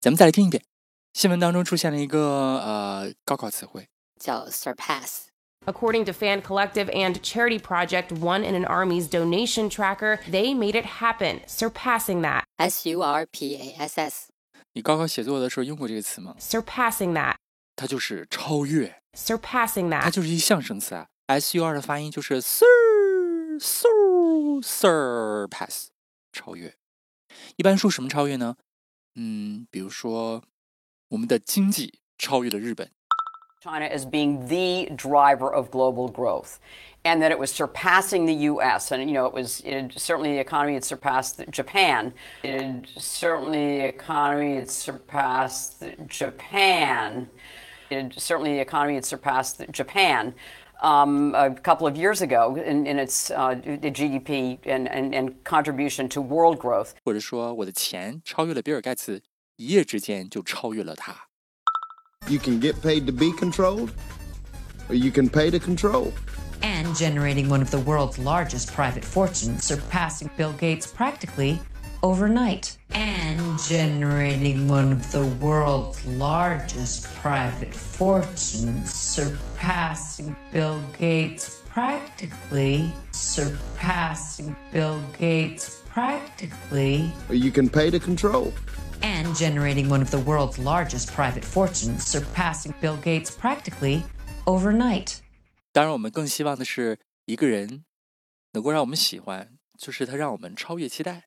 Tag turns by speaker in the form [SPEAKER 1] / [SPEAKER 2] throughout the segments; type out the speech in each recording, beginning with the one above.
[SPEAKER 1] 咱们再来听一遍。新闻当中出现了一个呃高考词汇，
[SPEAKER 2] 叫 surpass。
[SPEAKER 3] According to fan collective and charity project One in an Army's donation tracker, they made it happen, surpassing that,
[SPEAKER 2] S U R P A S S
[SPEAKER 1] 你高考写作的时候用过这个词吗？
[SPEAKER 3] surpassing that,
[SPEAKER 1] 它就是超越，
[SPEAKER 3] surpassing
[SPEAKER 1] 它
[SPEAKER 3] that,
[SPEAKER 1] 就是一象声词啊。S U R 的发音就是 sur sur surpass 超越。一般说什么超越呢？嗯，比如说我们的经济超越了日本，
[SPEAKER 4] China as being the driver of global growth and that it was surpassing the U.S. And, you know, it was it, had- certainly the economy had surpassed Japan. It had- certainly the economy had surpassed Japan. It had- certainly the economy had surpassed Japan. Um, a couple of years ago, in, in its uh, the GDP and, and, and contribution to world growth.
[SPEAKER 1] 或者说我的钱超越了比尔盖茨，一夜之间就超越了他。
[SPEAKER 5] You can get paid to be controlled, or you can pay to control.
[SPEAKER 6] and generating one of the world's largest private fortunes, surpassing Bill Gates practically overnight. And generating one of the world's largest private fortunes, surpassing Bill Gates practically, surpassing Bill Gates practically
[SPEAKER 5] Or you can pay to control.
[SPEAKER 6] and generating one of the world's largest private fortunes, surpassing Bill Gates practically overnight.
[SPEAKER 1] 当然，我们更希望的是一个人能够让我们喜欢，就是他让我们超越期待。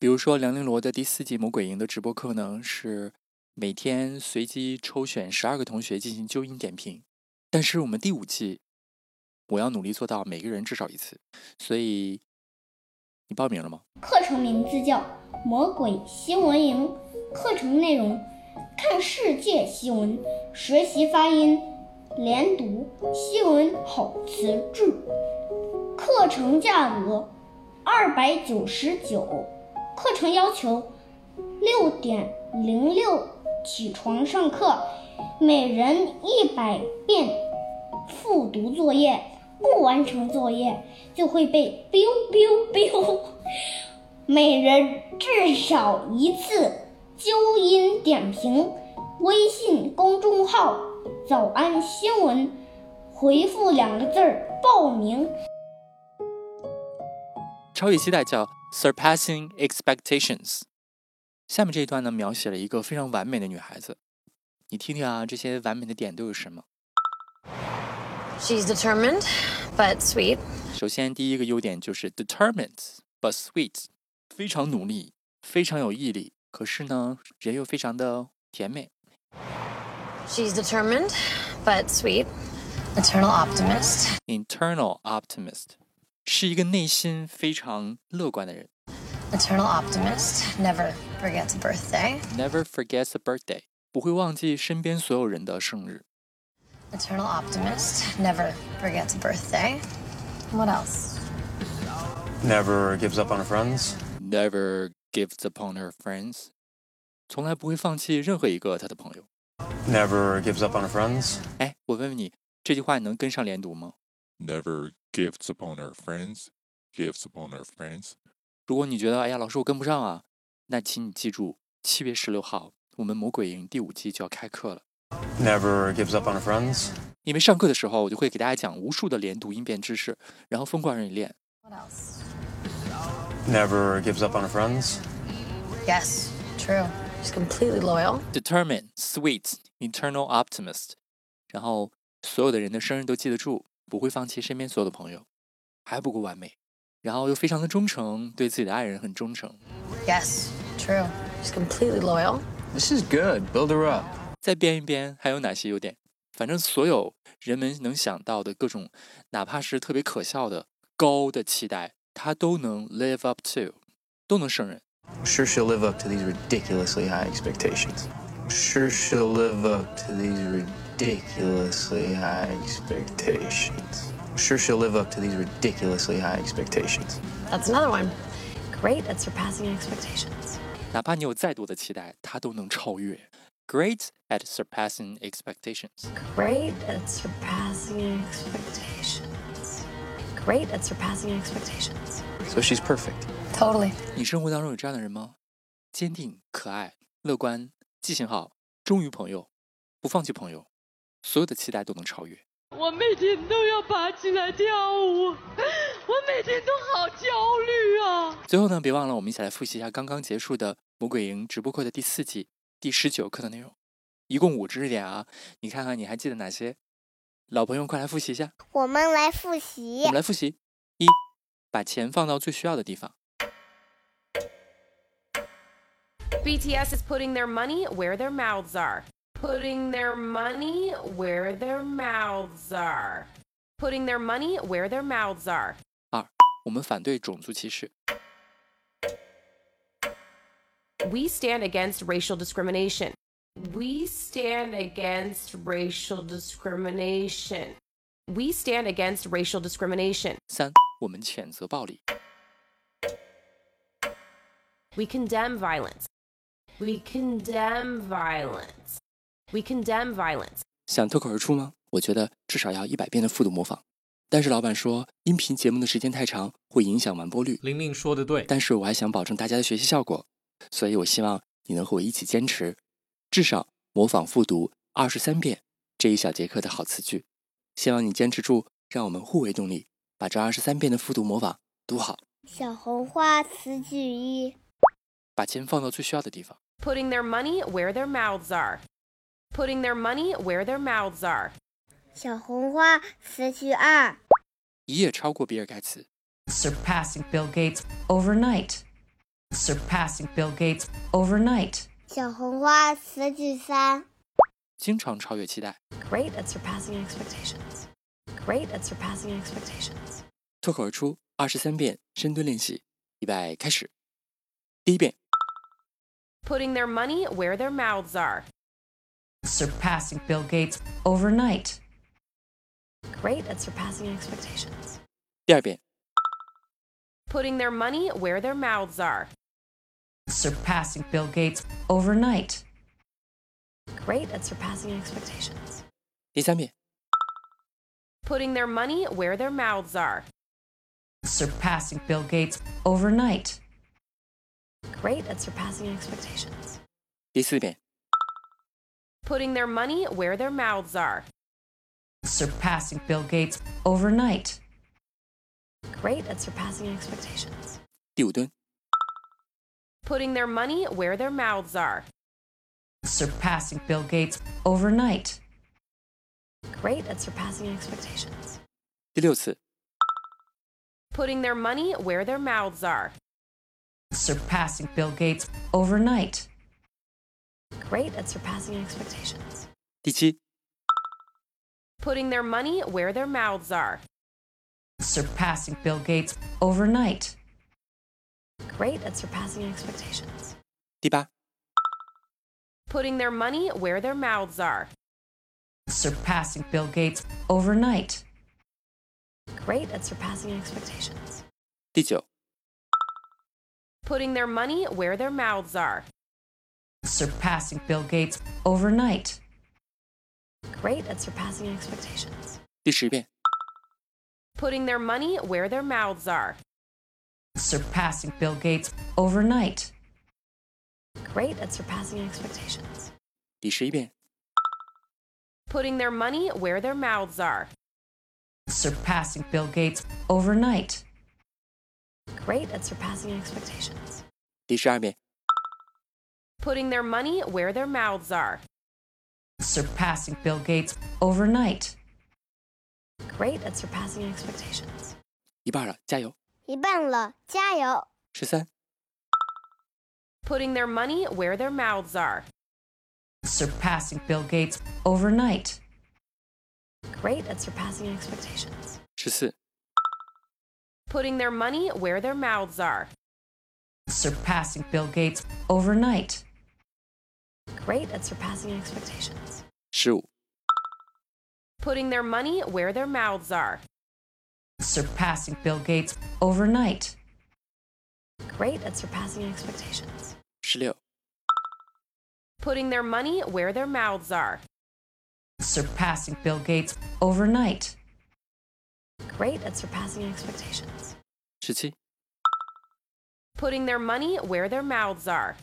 [SPEAKER 1] 比如说，梁玲罗的第四季《魔鬼营》的直播课呢，是每天随机抽选十二个同学进行纠音点评。但是我们第五季，我要努力做到每个人至少一次。所以，你报名了吗？
[SPEAKER 7] 课程名字叫《魔鬼新闻营》，课程内容：看世界新闻，学习发音、连读新闻好词句。课程价格二百九十九，课程要求六点零六起床上课，每人一百遍复读作业，不完成作业就会被 biu biu biu。每人至少一次纠音点评。微信公众号“早安新闻”，回复两个字儿报名。
[SPEAKER 1] 超越期待叫 surpassing expectations。下面这一段呢，描写了一个非常完美的女孩子。你听听啊，这些完美的点都有什么？
[SPEAKER 8] She's determined, but sweet.
[SPEAKER 1] 首先，第一个优点就是 determined but sweet，非常努力，非常有毅力，可是呢，人又非常的甜美。
[SPEAKER 8] She's determined, but sweet. Eternal optimist.
[SPEAKER 1] Internal optimist 是一个内心非常乐观的人。
[SPEAKER 8] Eternal optimist. Never forgets a birthday.
[SPEAKER 1] Never forgets a birthday，不会忘记身边所有人的生日。
[SPEAKER 8] Eternal optimist. Never forgets a birthday. What else?
[SPEAKER 9] Never gives up on her friends.
[SPEAKER 1] Never gives upon her friends，从来不会放弃任何一个他的朋友。
[SPEAKER 9] Never gives up on her friends.
[SPEAKER 1] 哎，我问问你，这句话你能跟上连读吗？
[SPEAKER 10] never gifts upon her friends, gifts upon her friends.
[SPEAKER 1] 如果你觉得哎呀，老师我跟不上啊，那请你记住，七月十六号我们魔鬼营第五季就要开课了。
[SPEAKER 9] Never gives up on her friends.
[SPEAKER 1] 因为上课的时候我就会给大家讲无数的连读音变知识，然后疯狂让你练。
[SPEAKER 8] What else?
[SPEAKER 9] Never gives up on her friends.
[SPEAKER 8] Yes, true. She's completely loyal.
[SPEAKER 1] Determined, sweet, eternal optimist，然后所有的人的生日都记得住，不会放弃身边所有的朋友，还不够完美，然后又非常的忠诚，对自己的爱人很忠诚。
[SPEAKER 8] Yes, true. She's completely loyal.
[SPEAKER 9] This is good. Build her up.
[SPEAKER 1] 再编一编，还有哪些优点？反正所有人们能想到的各种，哪怕是特别可笑的高的期待，他都能 live up to，都能胜任。
[SPEAKER 9] I'm sure she'll live up to these ridiculously high expectations.
[SPEAKER 11] I'm sure she'll live up to these ridiculously high expectations. I'm sure she'll live up to these ridiculously high expectations.
[SPEAKER 8] That's another one. Great at surpassing expectations.
[SPEAKER 1] 哪怕你有再多的期待，它都能超越。Great at surpassing expectations.
[SPEAKER 8] Great at surpassing expectations. Great at surpassing expectations.
[SPEAKER 11] So she's perfect.
[SPEAKER 8] Totally.
[SPEAKER 1] 你生活当中有这样的人吗？坚定、可爱、乐观、记性好、忠于朋友、不放弃朋友，所有的期待都能超越。
[SPEAKER 12] 我每天都要爬起来跳舞，我每天都好焦虑啊！
[SPEAKER 1] 最后呢，别忘了我们一起来复习一下刚刚结束的《魔鬼营》直播课的第四季第十九课的内容，一共五知识点啊，你看看你还记得哪些？老朋友，快来复习一下。
[SPEAKER 13] 我们来复习。
[SPEAKER 1] 我们来复习：一，把钱放到最需要的地方；
[SPEAKER 3] BTS is putting their money where their mouths are. Putting their money where their mouths are. Putting their money where their mouths are.
[SPEAKER 1] 二，我们反对种族歧视；
[SPEAKER 3] We stand against racial discrimination. We stand against racial discrimination. We stand against racial discrimination.
[SPEAKER 1] 三，我们谴责暴力；
[SPEAKER 3] We condemn violence. We condemn violence. We condemn violence.
[SPEAKER 1] 想脱口而出吗？我觉得至少要一百遍的复读模仿。但是老板说，音频节目的时间太长，会影响完播率。
[SPEAKER 14] 玲玲说的对，
[SPEAKER 1] 但是我还想保证大家的学习效果，所以我希望你能和我一起坚持，至少模仿复读二十三遍这一小节课的好词句。希望你坚持住，让我们互为动力，把这二十三遍的复读模仿读好，
[SPEAKER 13] 小红花词句一，
[SPEAKER 1] 把钱放到最需要的地方。
[SPEAKER 3] Putting their money where their mouths are. Putting their money where their mouths are.
[SPEAKER 13] 小红花词句二，
[SPEAKER 1] 一夜超过比尔盖茨，
[SPEAKER 6] surpassing Bill Gates overnight, surpassing Bill Gates overnight,
[SPEAKER 13] 小红花词句三，
[SPEAKER 1] 经常超越期待。
[SPEAKER 8] Great at surpassing expectations. Great at surpassing expectations.
[SPEAKER 1] 脱口而出二十三遍深蹲练习，预备开始。第一遍，
[SPEAKER 3] Putting their money where their mouths are.
[SPEAKER 6] surpassing Bill Gates overnight,
[SPEAKER 8] Great at surpassing expectations.
[SPEAKER 1] 第二遍，
[SPEAKER 3] Putting their money where their mouths are.
[SPEAKER 6] surpassing Bill Gates overnight,
[SPEAKER 8] Great at surpassing expectations.
[SPEAKER 1] 第三遍，
[SPEAKER 3] Putting their money where their mouths are.
[SPEAKER 6] surpassing Bill Gates overnight,
[SPEAKER 8] Great at surpassing expectations.
[SPEAKER 1] 第四遍，
[SPEAKER 3] Putting their money where their mouths are.
[SPEAKER 6] surpassing Bill Gates overnight,
[SPEAKER 8] Great at surpassing expectations.
[SPEAKER 1] 第五蹲，
[SPEAKER 3] Putting their money where their mouths are.
[SPEAKER 6] surpassing Bill Gates overnight,
[SPEAKER 8] Great at surpassing expectations.
[SPEAKER 1] 第六次，
[SPEAKER 3] Putting their money where their mouths are.
[SPEAKER 6] surpassing Bill Gates overnight,
[SPEAKER 8] Great at surpassing expectations.
[SPEAKER 1] 第七，
[SPEAKER 3] Putting their money where their mouths are.
[SPEAKER 6] surpassing Bill Gates overnight,
[SPEAKER 8] Great at surpassing expectations.
[SPEAKER 1] 第八，
[SPEAKER 3] Putting their money where their mouths are.
[SPEAKER 6] surpassing Bill Gates overnight,
[SPEAKER 8] Great at surpassing expectations.
[SPEAKER 1] 第九，
[SPEAKER 3] Putting their money where their mouths are.
[SPEAKER 6] surpassing Bill Gates overnight,
[SPEAKER 8] Great at surpassing expectations.
[SPEAKER 1] 第十遍，
[SPEAKER 3] Putting their money where their mouths are.
[SPEAKER 6] surpassing Bill Gates overnight,
[SPEAKER 8] Great at surpassing expectations.
[SPEAKER 1] 第十一遍，
[SPEAKER 3] Putting their money where their mouths are.
[SPEAKER 6] surpassing Bill Gates overnight,
[SPEAKER 8] Great at surpassing expectations.
[SPEAKER 1] 第十二遍，
[SPEAKER 3] Putting their money where their mouths are.
[SPEAKER 6] surpassing Bill Gates overnight,
[SPEAKER 8] Great at surpassing expectations.
[SPEAKER 1] 一半了，加油！
[SPEAKER 13] 一半了，加油！
[SPEAKER 1] 十三、
[SPEAKER 3] Putting their money where their mouths are.
[SPEAKER 6] surpassing Bill Gates overnight,
[SPEAKER 8] Great at surpassing expectations.
[SPEAKER 1] 十四、
[SPEAKER 3] Putting their money where their mouths are.
[SPEAKER 6] surpassing Bill Gates overnight,
[SPEAKER 8] great at surpassing expectations.
[SPEAKER 1] 十五、
[SPEAKER 3] Putting their money where their mouths are.
[SPEAKER 6] surpassing Bill Gates overnight.
[SPEAKER 8] Great at surpassing expectations.
[SPEAKER 1] 十六、
[SPEAKER 3] Putting their money where their mouths are.
[SPEAKER 6] Surpassing Bill Gates overnight.
[SPEAKER 8] Great at surpassing expectations.
[SPEAKER 1] 十七、
[SPEAKER 3] Putting their money where their mouths are.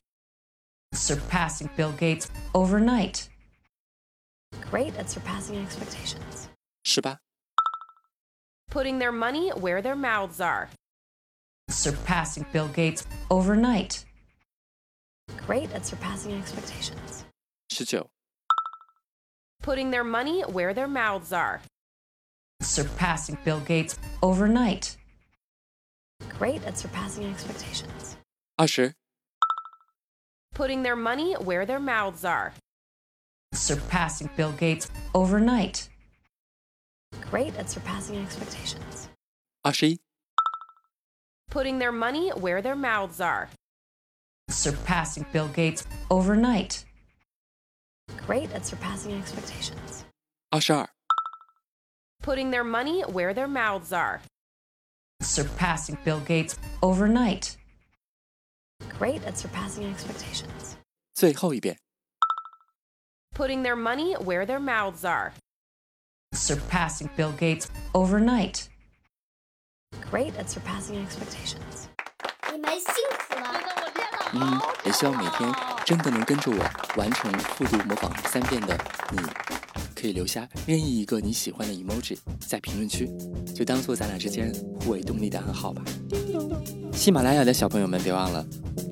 [SPEAKER 6] Surpassing Bill Gates overnight.
[SPEAKER 8] Great at surpassing expectations.
[SPEAKER 1] 十八、
[SPEAKER 3] Putting their money where their mouths are.
[SPEAKER 6] Surpassing Bill Gates overnight.
[SPEAKER 8] Great at surpassing expectations.
[SPEAKER 1] 十九、
[SPEAKER 3] Putting their money where their mouths are.
[SPEAKER 6] Surpassing Bill Gates overnight.
[SPEAKER 8] Great at surpassing expectations.
[SPEAKER 1] 二十、
[SPEAKER 3] Putting their money where their mouths are.
[SPEAKER 6] Surpassing Bill Gates overnight.
[SPEAKER 8] Great at surpassing expectations.
[SPEAKER 1] 二十一、
[SPEAKER 3] Putting their money where their mouths are.
[SPEAKER 6] Surpassing Bill Gates overnight.
[SPEAKER 8] Great at surpassing expectations.
[SPEAKER 1] 二十二、
[SPEAKER 3] Putting their money where their mouths are.
[SPEAKER 6] Surpassing Bill Gates overnight.
[SPEAKER 8] Great at surpassing expectations.
[SPEAKER 1] 最后一遍。
[SPEAKER 3] Putting their money where their mouths are.
[SPEAKER 6] Surpassing Bill Gates overnight.
[SPEAKER 8] Great at surpassing expectations.
[SPEAKER 13] 你们辛苦了，
[SPEAKER 1] 嗯，也希望每天真的能跟着我完成复读模仿三遍的你，可以留下任意一个你喜欢的 emoji 在评论区，就当做咱俩之间互为动力的暗号吧。喜马拉雅的小朋友们别忘了，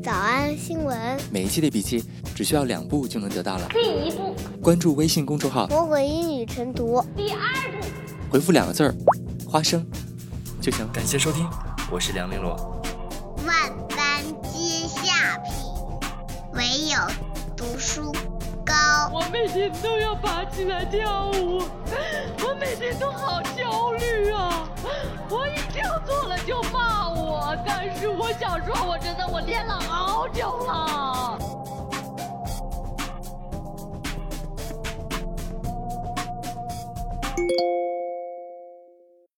[SPEAKER 13] 早安新闻，
[SPEAKER 1] 每一期的笔记只需要两步就能得到了。
[SPEAKER 13] 第一步，
[SPEAKER 1] 关注微信公众号，
[SPEAKER 13] 魔鬼英语晨读，第二步，
[SPEAKER 1] 回复两个字儿“花生”就行了。感谢收听，我是梁玲珑。
[SPEAKER 13] 万般皆下品，唯有读书高。
[SPEAKER 12] 我每天都要爬起来跳舞，我每天都好焦虑啊！我一定错了就骂我，但是我想说，我真的我练了好久了。